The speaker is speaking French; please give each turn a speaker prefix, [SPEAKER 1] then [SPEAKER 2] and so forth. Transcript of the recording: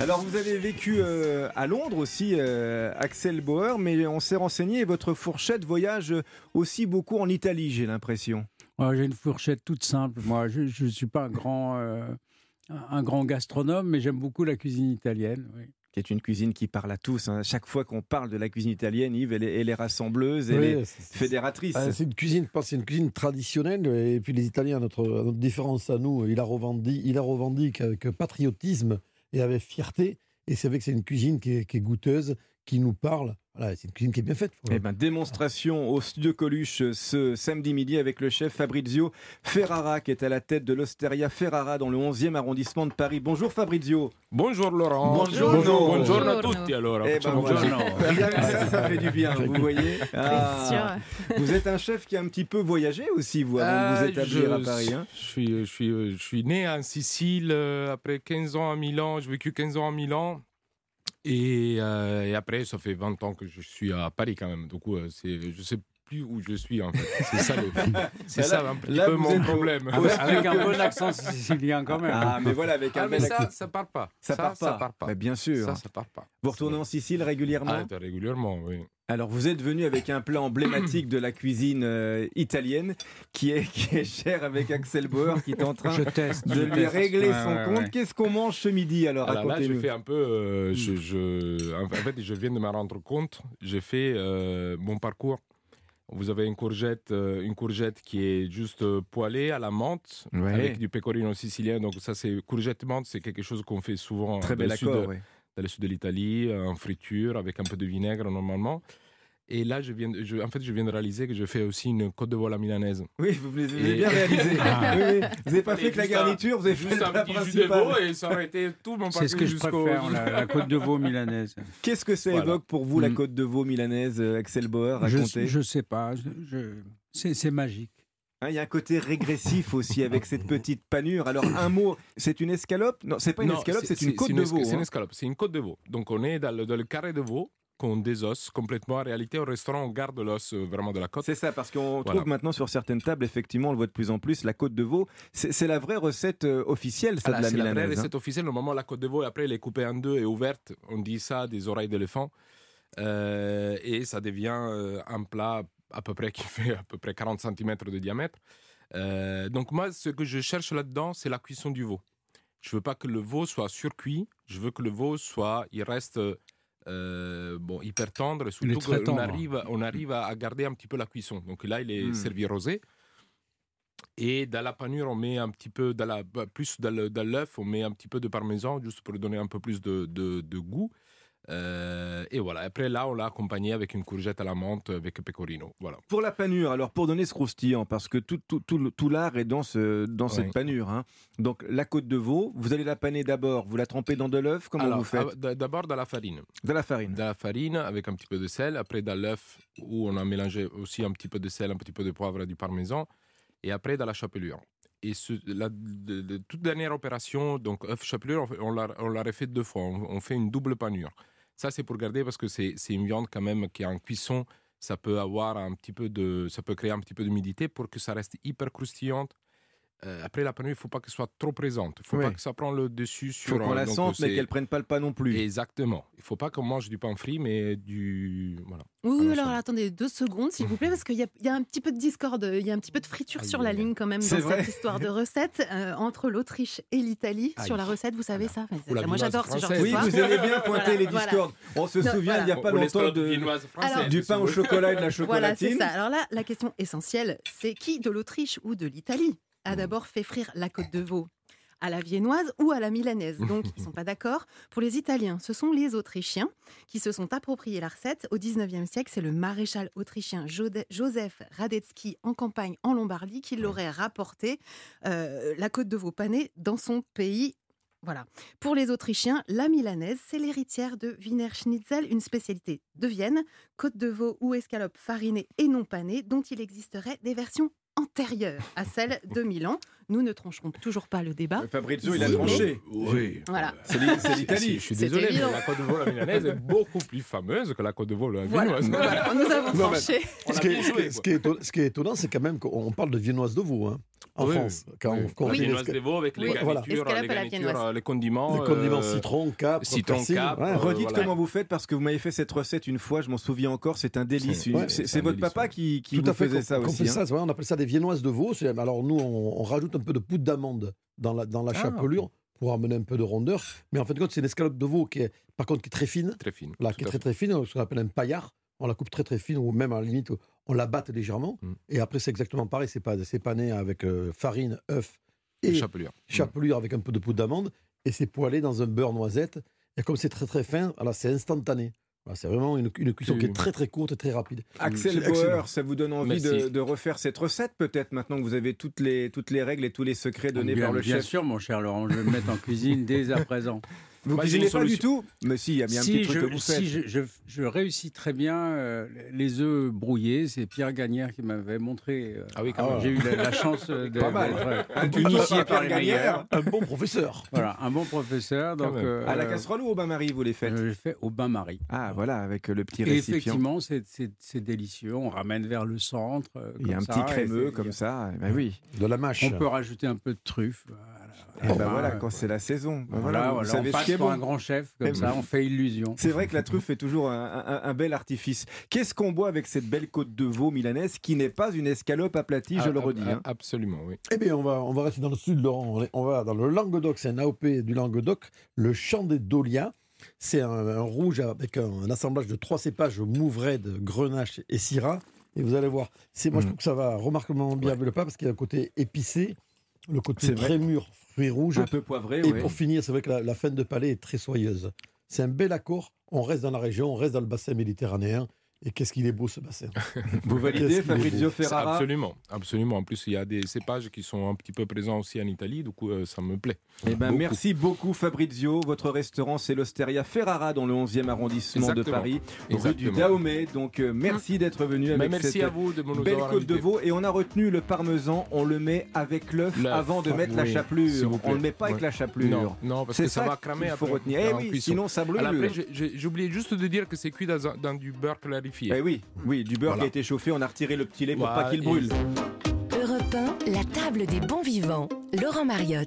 [SPEAKER 1] Alors vous avez vécu euh, à Londres aussi, euh, Axel Bauer, mais on s'est renseigné et votre fourchette voyage aussi beaucoup en Italie, j'ai l'impression.
[SPEAKER 2] Ouais, j'ai une fourchette toute simple. Moi, je ne suis pas un grand, euh, un grand gastronome, mais j'aime beaucoup la cuisine italienne. oui.
[SPEAKER 1] Qui est une cuisine qui parle à tous. hein. Chaque fois qu'on parle de la cuisine italienne, Yves, elle est, elle est rassembleuse, elle
[SPEAKER 3] Oui,
[SPEAKER 1] est
[SPEAKER 3] c'est- c'est-
[SPEAKER 1] fédératrice.
[SPEAKER 3] Ah, c'est une cuisine, je pense, c'est une cuisine traditionnelle. Et puis les Italiens, à notre, à notre différence à nous, ils la revendiquent, ils la revendiquent avec patriotisme et avec fierté. Et c'est vrai que c'est une cuisine qui est, qui est goûteuse, qui nous parle. Voilà, c'est une cuisine qui est bien faite.
[SPEAKER 1] Eh ben, démonstration au studio Coluche euh, ce samedi midi avec le chef Fabrizio Ferrara qui est à la tête de l'Osteria Ferrara dans le 11e arrondissement de Paris. Bonjour Fabrizio.
[SPEAKER 4] Buongiorno Laurent.
[SPEAKER 1] Buongiorno.
[SPEAKER 4] Buongiorno a
[SPEAKER 5] Buongiorno.
[SPEAKER 4] tutti allora.
[SPEAKER 1] Eh
[SPEAKER 4] Facciamo
[SPEAKER 1] ben,
[SPEAKER 4] un
[SPEAKER 1] voilà.
[SPEAKER 4] giorno.
[SPEAKER 1] Rien que ça, ça fait du bien, vous voyez. Ah, vous êtes un chef qui a un petit peu voyagé aussi, vous, avant de
[SPEAKER 4] Ah,
[SPEAKER 1] vous établir à Paris. hein.
[SPEAKER 4] je, suis, je, suis, je suis né en Sicile, euh, après 15 ans à Milan, j'ai vécu 15 ans à Milan. Et, euh, et après, ça fait 20 ans que je suis à Paris quand même. Donc, euh, c'est, je sais plus où je suis en fait. C'est ça, le, c'est
[SPEAKER 1] Là-
[SPEAKER 4] ça un petit
[SPEAKER 1] là,
[SPEAKER 4] peu
[SPEAKER 1] vous
[SPEAKER 4] mon
[SPEAKER 1] êtes au-
[SPEAKER 4] problème.
[SPEAKER 2] Avec, avec un bon accent sicilien quand même.
[SPEAKER 1] Ah, mais voilà, avec un
[SPEAKER 4] Ah, mais
[SPEAKER 1] bel
[SPEAKER 4] ça,
[SPEAKER 1] accent.
[SPEAKER 4] ça part pas.
[SPEAKER 1] Ça, part pas.
[SPEAKER 4] Ça part pas. Bah,
[SPEAKER 1] Mais bien sûr.
[SPEAKER 4] Ça, ça part pas.
[SPEAKER 1] vous retournez en Sicile régulièrement
[SPEAKER 4] Ah, régulièrement, oui.
[SPEAKER 1] Alors, vous êtes venu avec un plat emblématique de la cuisine euh, italienne qui est, qui est cher avec Axel Bauer qui est en train
[SPEAKER 2] Je teste.
[SPEAKER 1] de
[SPEAKER 2] je
[SPEAKER 1] lui
[SPEAKER 2] teste.
[SPEAKER 1] régler
[SPEAKER 2] Ouais,
[SPEAKER 1] son
[SPEAKER 2] ouais,
[SPEAKER 1] compte.
[SPEAKER 2] ouais.
[SPEAKER 1] Qu'est-ce qu'on mange ce midi alors
[SPEAKER 4] Alors Ah, là, je
[SPEAKER 1] Racontez-nous.
[SPEAKER 4] fais un peu.
[SPEAKER 1] Hmm.
[SPEAKER 4] euh, je, je- en fait, je viens de m'en rendre compte. J'ai fait euh, mon parcours. Vous avez une courgette, euh, une courgette qui est juste euh, poêlée à la menthe
[SPEAKER 1] Ouais.
[SPEAKER 4] avec du pecorino sicilien. Donc ça, c'est courgette menthe, c'est quelque chose qu'on fait souvent euh,
[SPEAKER 1] Très
[SPEAKER 4] dans
[SPEAKER 1] bel
[SPEAKER 4] le sud-
[SPEAKER 1] accord. oui.
[SPEAKER 4] dans le sud de l'Italie, euh, en friture avec un peu de vinaigre normalement. Et là, je viens, de- je- en fait, je viens de réaliser que je fais aussi une côte de veau à la milanaise.
[SPEAKER 1] Oui, vous vous avez
[SPEAKER 4] Et-
[SPEAKER 1] bien réalisé.
[SPEAKER 2] Ah.
[SPEAKER 1] Oui, oui. Vous n'avez pas
[SPEAKER 4] Allez,
[SPEAKER 1] fait que la
[SPEAKER 4] juste un-
[SPEAKER 1] garniture, vous avez fait
[SPEAKER 4] Juste
[SPEAKER 1] le
[SPEAKER 4] un
[SPEAKER 1] plat
[SPEAKER 4] petit jus de veau
[SPEAKER 1] principal.
[SPEAKER 4] et ça aurait été tout mon
[SPEAKER 2] C'est ce que
[SPEAKER 4] parcours
[SPEAKER 2] je
[SPEAKER 4] jusqu'au.
[SPEAKER 2] préfère, la, la côte de veau milanaise.
[SPEAKER 1] Qu'est-ce que ça
[SPEAKER 4] Voilà.
[SPEAKER 1] évoque pour vous, la
[SPEAKER 2] Mm.
[SPEAKER 1] côte de veau milanaise, euh, Axel Bauer
[SPEAKER 2] Je,
[SPEAKER 1] Racontez.
[SPEAKER 2] je sais pas. je- je- c'est c'est magique.
[SPEAKER 1] Hein, Il y a un côté régressif aussi avec cette petite panure. Alors, un mot, c'est une escalope Non, c'est pas une
[SPEAKER 4] Non,
[SPEAKER 1] escalope, c'est une côte de
[SPEAKER 4] esca-
[SPEAKER 1] veau.
[SPEAKER 4] C'est une
[SPEAKER 1] hein.
[SPEAKER 4] escalope, c'est une côte de veau. Donc on est dans le, dans le carré de veau qu'on désosse complètement. En réalité, au restaurant, on garde l'os euh, vraiment de la côte.
[SPEAKER 1] C'est ça, parce qu'on
[SPEAKER 4] Voilà.
[SPEAKER 1] trouve maintenant sur certaines tables, effectivement, on le voit de plus en plus, la côte de veau. C'est c'est la vraie recette euh, officielle, ça,
[SPEAKER 4] Ah là,
[SPEAKER 1] de la
[SPEAKER 4] c'est la vraie
[SPEAKER 1] milanaise. hein.
[SPEAKER 4] recette officielle. Normalement, la côte de veau, après, elle est coupée en deux et ouverte. On dit ça des oreilles d'éléphant. Euh, et ça devient euh, un plat à peu près qui fait à peu près 40 cm de diamètre. Euh, donc moi, ce que je cherche là-dedans, c'est la cuisson du veau. Je veux pas que le veau soit surcuit. Je veux que le veau soit, il reste euh, bon hyper tendre. et
[SPEAKER 2] Il est
[SPEAKER 4] Surtout
[SPEAKER 2] très
[SPEAKER 4] qu'on
[SPEAKER 2] tendre.
[SPEAKER 4] arrive, on arrive à à garder un petit peu la cuisson. Donc là, il est
[SPEAKER 1] Hmm.
[SPEAKER 4] servi rosé. Et dans la panure, on met un petit peu, dans la, bah, plus dans le- dans l'œuf, on met un petit peu de parmesan, juste pour lui donner un peu plus de, de- de goût. Euh, et voilà. Après, là, on l'a accompagné avec une courgette à la menthe, avec pecorino. Voilà.
[SPEAKER 1] Pour la panure, alors pour donner ce croustillant, parce que tout, tout, tout, le- tout l'art est dans, ce, dans cette
[SPEAKER 4] Ouais.
[SPEAKER 1] panure. hein. Donc la côte de veau, vous allez la paner d'abord, vous la trempez dans de l'œuf, comment
[SPEAKER 4] Alors,
[SPEAKER 1] vous faites
[SPEAKER 4] ah, d- D'abord dans la farine.
[SPEAKER 1] De la farine.
[SPEAKER 4] Dans la farine, avec un petit peu de sel. Après, dans l'œuf, où on a mélangé aussi un petit peu de sel, un petit peu de poivre et du parmesan. Et après, dans la chapelure. Et ce- la de- de- toute dernière opération, donc œuf chapelure, on fait- on l'a, on l'a refait deux fois. On, on fait une double panure. Ça, c'est pour garder parce que c'est, c'est une viande quand même qui a en cuisson. Ça peut avoir un petit peu de, ça peut créer un petit peu d'humidité pour que ça reste hyper croustillante. Euh, après la panure, il faut pas qu'elle soit trop présente. Il faut
[SPEAKER 1] Ouais.
[SPEAKER 4] pas que ça prenne le dessus
[SPEAKER 1] Il faut
[SPEAKER 4] sur.
[SPEAKER 1] qu'on la
[SPEAKER 4] hein, donc, euh,
[SPEAKER 1] sente, mais
[SPEAKER 4] c'est-
[SPEAKER 1] qu'elle prenne pas le pas non plus.
[SPEAKER 4] Exactement. Il faut pas qu'on mange du pain frit, mais du. Voilà. Ah,
[SPEAKER 5] Oui, oui,
[SPEAKER 4] non,
[SPEAKER 5] alors
[SPEAKER 4] ça-
[SPEAKER 5] attendez deux secondes, s'il vous plaît, parce qu'il y, a- il y a un petit peu de discorde, il y a un petit peu de friture
[SPEAKER 4] Aïe,
[SPEAKER 5] sur la
[SPEAKER 4] aïe, aïe.
[SPEAKER 5] ligne quand même
[SPEAKER 1] C'est
[SPEAKER 5] dans
[SPEAKER 1] vrai.
[SPEAKER 5] cette histoire de recette euh, entre l'Autriche et l'Italie. Sur
[SPEAKER 4] Aïe.
[SPEAKER 5] la recette, vous savez
[SPEAKER 4] Voilà.
[SPEAKER 5] ça Mais
[SPEAKER 4] Ou la
[SPEAKER 5] Moi
[SPEAKER 4] viennoise
[SPEAKER 5] j'adore ce genre
[SPEAKER 4] française.
[SPEAKER 1] Oui,
[SPEAKER 5] d'histoire.
[SPEAKER 1] vous avez bien pointé
[SPEAKER 5] Voilà,
[SPEAKER 1] les
[SPEAKER 5] voilà.
[SPEAKER 1] discordes. On se
[SPEAKER 5] Non,
[SPEAKER 1] souvient, il n'y a pas
[SPEAKER 4] On laisse
[SPEAKER 1] longtemps
[SPEAKER 4] la
[SPEAKER 1] de,
[SPEAKER 4] viennoise française,
[SPEAKER 5] Alors-
[SPEAKER 1] du
[SPEAKER 4] si
[SPEAKER 1] pain
[SPEAKER 4] vous
[SPEAKER 1] au
[SPEAKER 4] voulez.
[SPEAKER 1] chocolat et de la
[SPEAKER 5] Voilà, c'est
[SPEAKER 1] chocolatine.
[SPEAKER 5] ça. Alors là, la question essentielle, c'est qui de l'Autriche ou de l'Italie
[SPEAKER 1] Hmm.
[SPEAKER 5] a d'abord fait frire la côte de veau à la viennoise ou à la milanaise. Donc, ils ne sont pas d'accord. Pour les Italiens, ce sont les Autrichiens qui se sont appropriés la recette. Au 19e siècle, c'est le maréchal autrichien Jode- Joseph Radetzky en campagne en Lombardie qui l'aurait rapporté euh, la côte de veau panée dans son pays. Voilà. Pour les Autrichiens, la milanaise, c'est l'héritière de Wiener Schnitzel, une spécialité de Vienne côte de veau ou escalope farinée et non panée, dont il existerait des versions antérieures à celles de Milan, Nous ne trancherons toujours pas le débat.
[SPEAKER 1] Fabrizio, il a tranché.
[SPEAKER 4] Oui.
[SPEAKER 5] Voilà.
[SPEAKER 1] C'est l'I- c'est l'Italie.
[SPEAKER 4] Ah, Je suis
[SPEAKER 5] C'est
[SPEAKER 4] désolé,
[SPEAKER 5] évident.
[SPEAKER 4] mais la Côte de Veau, la milanaise est beaucoup plus fameuse que la Côte de Veau, la
[SPEAKER 5] Voilà.
[SPEAKER 4] viennoise.
[SPEAKER 5] Voilà, nous avons
[SPEAKER 3] Non, mais-
[SPEAKER 5] tranché.
[SPEAKER 4] On a
[SPEAKER 3] Ce qui,
[SPEAKER 4] bien
[SPEAKER 3] est, ce
[SPEAKER 4] joué,
[SPEAKER 3] qui- ce
[SPEAKER 4] quoi.
[SPEAKER 3] qui est éton- ce qui est étonnant, c'est quand même qu'on parle de viennoise de veau hein, en
[SPEAKER 4] Oui,
[SPEAKER 3] France. Quand on-
[SPEAKER 4] Oui,
[SPEAKER 3] quand on
[SPEAKER 4] la
[SPEAKER 3] fait les-
[SPEAKER 4] viennoise de Veau avec les
[SPEAKER 5] Oui.
[SPEAKER 4] garnitures,
[SPEAKER 5] Escalope
[SPEAKER 4] les,
[SPEAKER 5] à la
[SPEAKER 4] garnitures,
[SPEAKER 5] viennoise.
[SPEAKER 4] les condiments.
[SPEAKER 3] les condiments
[SPEAKER 4] euh,
[SPEAKER 3] citron, capre,
[SPEAKER 4] citron,
[SPEAKER 3] persil,
[SPEAKER 4] capre,
[SPEAKER 3] ouais.
[SPEAKER 4] euh,
[SPEAKER 1] Redites
[SPEAKER 4] voilà.
[SPEAKER 1] comment vous faites parce que vous m'avez fait cette recette une fois, je m'en souviens encore, c'est un délice.
[SPEAKER 4] C'est-
[SPEAKER 1] Une-
[SPEAKER 3] ouais,
[SPEAKER 1] C'est
[SPEAKER 4] c'est
[SPEAKER 1] c'est
[SPEAKER 4] un
[SPEAKER 1] votre
[SPEAKER 4] délice,
[SPEAKER 1] papa
[SPEAKER 4] ouais.
[SPEAKER 1] qui, qui
[SPEAKER 3] Tout
[SPEAKER 1] vous
[SPEAKER 3] à fait.
[SPEAKER 1] faisait
[SPEAKER 3] qu'on-
[SPEAKER 1] ça
[SPEAKER 3] qu'on
[SPEAKER 1] aussi.
[SPEAKER 3] fait
[SPEAKER 1] hein.
[SPEAKER 3] ça, c'est vrai, on appelle ça des viennoises de veau. C'est- Alors nous, on, on rajoute un peu de poudre d'amande dans la, dans la
[SPEAKER 4] Ah,
[SPEAKER 3] chapelure pour amener un peu de rondeur. Mais en fin de compte, c'est une escalope de veau qui est, par contre, qui est très fine.
[SPEAKER 4] Très fine.
[SPEAKER 3] Voilà,
[SPEAKER 4] tout
[SPEAKER 3] qui est
[SPEAKER 4] à
[SPEAKER 3] très très
[SPEAKER 4] fait.
[SPEAKER 3] fine, ce qu'on appelle un paillard. On la coupe très très fine ou même à la limite on la batte légèrement.
[SPEAKER 4] Mm.
[SPEAKER 3] Et après c'est exactement pareil, c'est pas c'est pané avec euh, farine, œuf
[SPEAKER 4] Le
[SPEAKER 3] et
[SPEAKER 4] chapelure.
[SPEAKER 3] chapelure avec un peu de poudre d'amande et c'est poêlé dans un beurre noisette. Et comme c'est très très fin, alors c'est instantané. Voilà, c'est vraiment une, une cuisson qui est très très courte et très rapide.
[SPEAKER 1] Axel
[SPEAKER 3] C'est excellent.
[SPEAKER 1] Bauer, ça vous donne envie de,
[SPEAKER 4] Merci.
[SPEAKER 1] de refaire cette recette peut-être maintenant que vous avez toutes les, toutes les règles et tous les secrets donnés
[SPEAKER 2] bien,
[SPEAKER 1] par le
[SPEAKER 2] bien
[SPEAKER 1] chef
[SPEAKER 2] sûr, mon cher Laurent, je vais me mettre en cuisine dès à présent.
[SPEAKER 1] Vous
[SPEAKER 4] Bah, j'ai
[SPEAKER 1] cuisinez
[SPEAKER 4] une
[SPEAKER 1] pas du
[SPEAKER 4] solution.
[SPEAKER 1] tout Mais si, il y a bien un petit
[SPEAKER 2] je,
[SPEAKER 1] truc que vous faites.
[SPEAKER 2] si je, je- je réussis très bien euh, les œufs brouillés, c'est Pierre Gagnère qui m'avait montré. euh,
[SPEAKER 4] Ah oui, quand même.
[SPEAKER 2] J'ai eu la, la chance euh, de-
[SPEAKER 1] Pas mal.
[SPEAKER 2] d'être
[SPEAKER 1] Un tuto
[SPEAKER 2] initié
[SPEAKER 1] par
[SPEAKER 2] par les
[SPEAKER 1] Pierre
[SPEAKER 2] meilleurs.
[SPEAKER 1] Gagnère
[SPEAKER 3] Un bon professeur.
[SPEAKER 2] Voilà, un bon professeur.
[SPEAKER 4] Quand
[SPEAKER 2] Donc,
[SPEAKER 4] même.
[SPEAKER 2] euh,
[SPEAKER 1] À la casserole ou au bain-marie, vous les faites
[SPEAKER 2] Je le fais au bain-marie.
[SPEAKER 1] Ah voilà, avec le petit
[SPEAKER 2] Et
[SPEAKER 1] récipient.
[SPEAKER 2] effectivement, c'est- c'est c'est délicieux. On ramène vers le centre. euh,
[SPEAKER 1] Il y a un
[SPEAKER 2] comme ça,
[SPEAKER 1] petit
[SPEAKER 2] et
[SPEAKER 1] crémeux
[SPEAKER 2] c'est-
[SPEAKER 1] comme ça. Eh ben
[SPEAKER 3] Ouais.
[SPEAKER 1] oui.
[SPEAKER 3] De la mâche.
[SPEAKER 2] On peut rajouter un peu de truffe.
[SPEAKER 1] Et
[SPEAKER 2] Enfin,
[SPEAKER 1] ben voilà, quand
[SPEAKER 2] euh,
[SPEAKER 1] c'est la saison. Ben
[SPEAKER 2] voilà,
[SPEAKER 1] voilà, vous
[SPEAKER 2] voilà,
[SPEAKER 1] savez ce
[SPEAKER 2] on passe
[SPEAKER 1] qui est
[SPEAKER 2] pour
[SPEAKER 1] bon.
[SPEAKER 2] un grand chef, comme
[SPEAKER 1] Eh
[SPEAKER 2] ça,
[SPEAKER 1] ben.
[SPEAKER 2] on fait illusion.
[SPEAKER 1] C'est vrai que la truffe est toujours un, un- un bel artifice. Qu'est-ce qu'on boit avec cette belle côte de veau milanaise qui n'est pas une escalope aplatie, je
[SPEAKER 4] Ah,
[SPEAKER 1] le
[SPEAKER 4] ah,
[SPEAKER 1] redis.
[SPEAKER 4] ah,
[SPEAKER 1] hein.
[SPEAKER 4] Absolument, oui.
[SPEAKER 3] Eh bien, on va, on va rester dans le sud, Laurent. On est- On va dans le Languedoc. C'est un AOP du Languedoc, le champ des Dolias. C'est un, un rouge avec un, un assemblage de trois cépages Mouvrede, Grenache et Syrah. Et vous allez voir. C'est moi, je
[SPEAKER 4] Mhm.
[SPEAKER 3] trouve que ça va remarquablement bien avec le pain parce qu'il y a un côté épicé, le côté
[SPEAKER 1] C'est vrai. Ah,
[SPEAKER 3] très mûr, fruits
[SPEAKER 2] ah,
[SPEAKER 3] rouges.
[SPEAKER 1] Un peu poivré,
[SPEAKER 3] Et
[SPEAKER 1] ouais.
[SPEAKER 3] pour finir, c'est vrai que la, la fin de palais est très soyeuse. C'est un bel accord. On reste dans la région, on reste dans le bassin méditerranéen. Et qu'est-ce qu'il est beau ce bassin
[SPEAKER 1] Vous validez
[SPEAKER 3] Qu'est-ce qu'il est
[SPEAKER 1] Fabrizio
[SPEAKER 3] beau.
[SPEAKER 4] C'est-
[SPEAKER 1] Ferrara
[SPEAKER 4] Absolument, absolument. En plus, il y a des cépages qui sont un petit peu présents aussi en Italie, du coup, euh, ça me plaît.
[SPEAKER 1] Eh ben,
[SPEAKER 4] Beaucoup.
[SPEAKER 1] merci beaucoup Fabrizio. Votre restaurant c'est l'Osteria Ferrara dans le 11e arrondissement de
[SPEAKER 4] Exactement.
[SPEAKER 1] Paris, rue du
[SPEAKER 4] Exactement.
[SPEAKER 1] Dahomey. Donc euh, merci d'être venu
[SPEAKER 4] Mais
[SPEAKER 1] avec
[SPEAKER 4] merci
[SPEAKER 1] cette
[SPEAKER 4] à vous de nous
[SPEAKER 1] belle
[SPEAKER 4] avoir
[SPEAKER 1] côte de
[SPEAKER 4] invités.
[SPEAKER 1] veau et on a retenu le parmesan, on le met avec l'œuf
[SPEAKER 4] L'œuf,
[SPEAKER 1] avant de mettre la
[SPEAKER 4] oui, s'il vous
[SPEAKER 1] chapelure.
[SPEAKER 4] plaît.
[SPEAKER 1] On le met pas avec
[SPEAKER 4] Ouais.
[SPEAKER 1] la chapelure.
[SPEAKER 4] Non, non, parce
[SPEAKER 1] C'est
[SPEAKER 4] que
[SPEAKER 1] ça,
[SPEAKER 4] ça, va cramer
[SPEAKER 1] qu'il faut
[SPEAKER 4] après
[SPEAKER 1] retenir. Eh
[SPEAKER 4] en
[SPEAKER 1] oui,
[SPEAKER 4] cuisson.
[SPEAKER 1] sinon ça brûle.
[SPEAKER 4] Alors après, j'ai- j'ai j'ai oublié juste de dire que c'est cuit dans, un- dans du beurre clarifié.
[SPEAKER 1] Eh oui, oui, du beurre
[SPEAKER 4] Voilà.
[SPEAKER 1] qui a été chauffé, on a retiré le petit lait pour
[SPEAKER 4] Voilà,
[SPEAKER 1] pas qu'il
[SPEAKER 4] et-
[SPEAKER 1] brûle.
[SPEAKER 6] Europe 1, la table des bons vivants. Laurent Mariotte.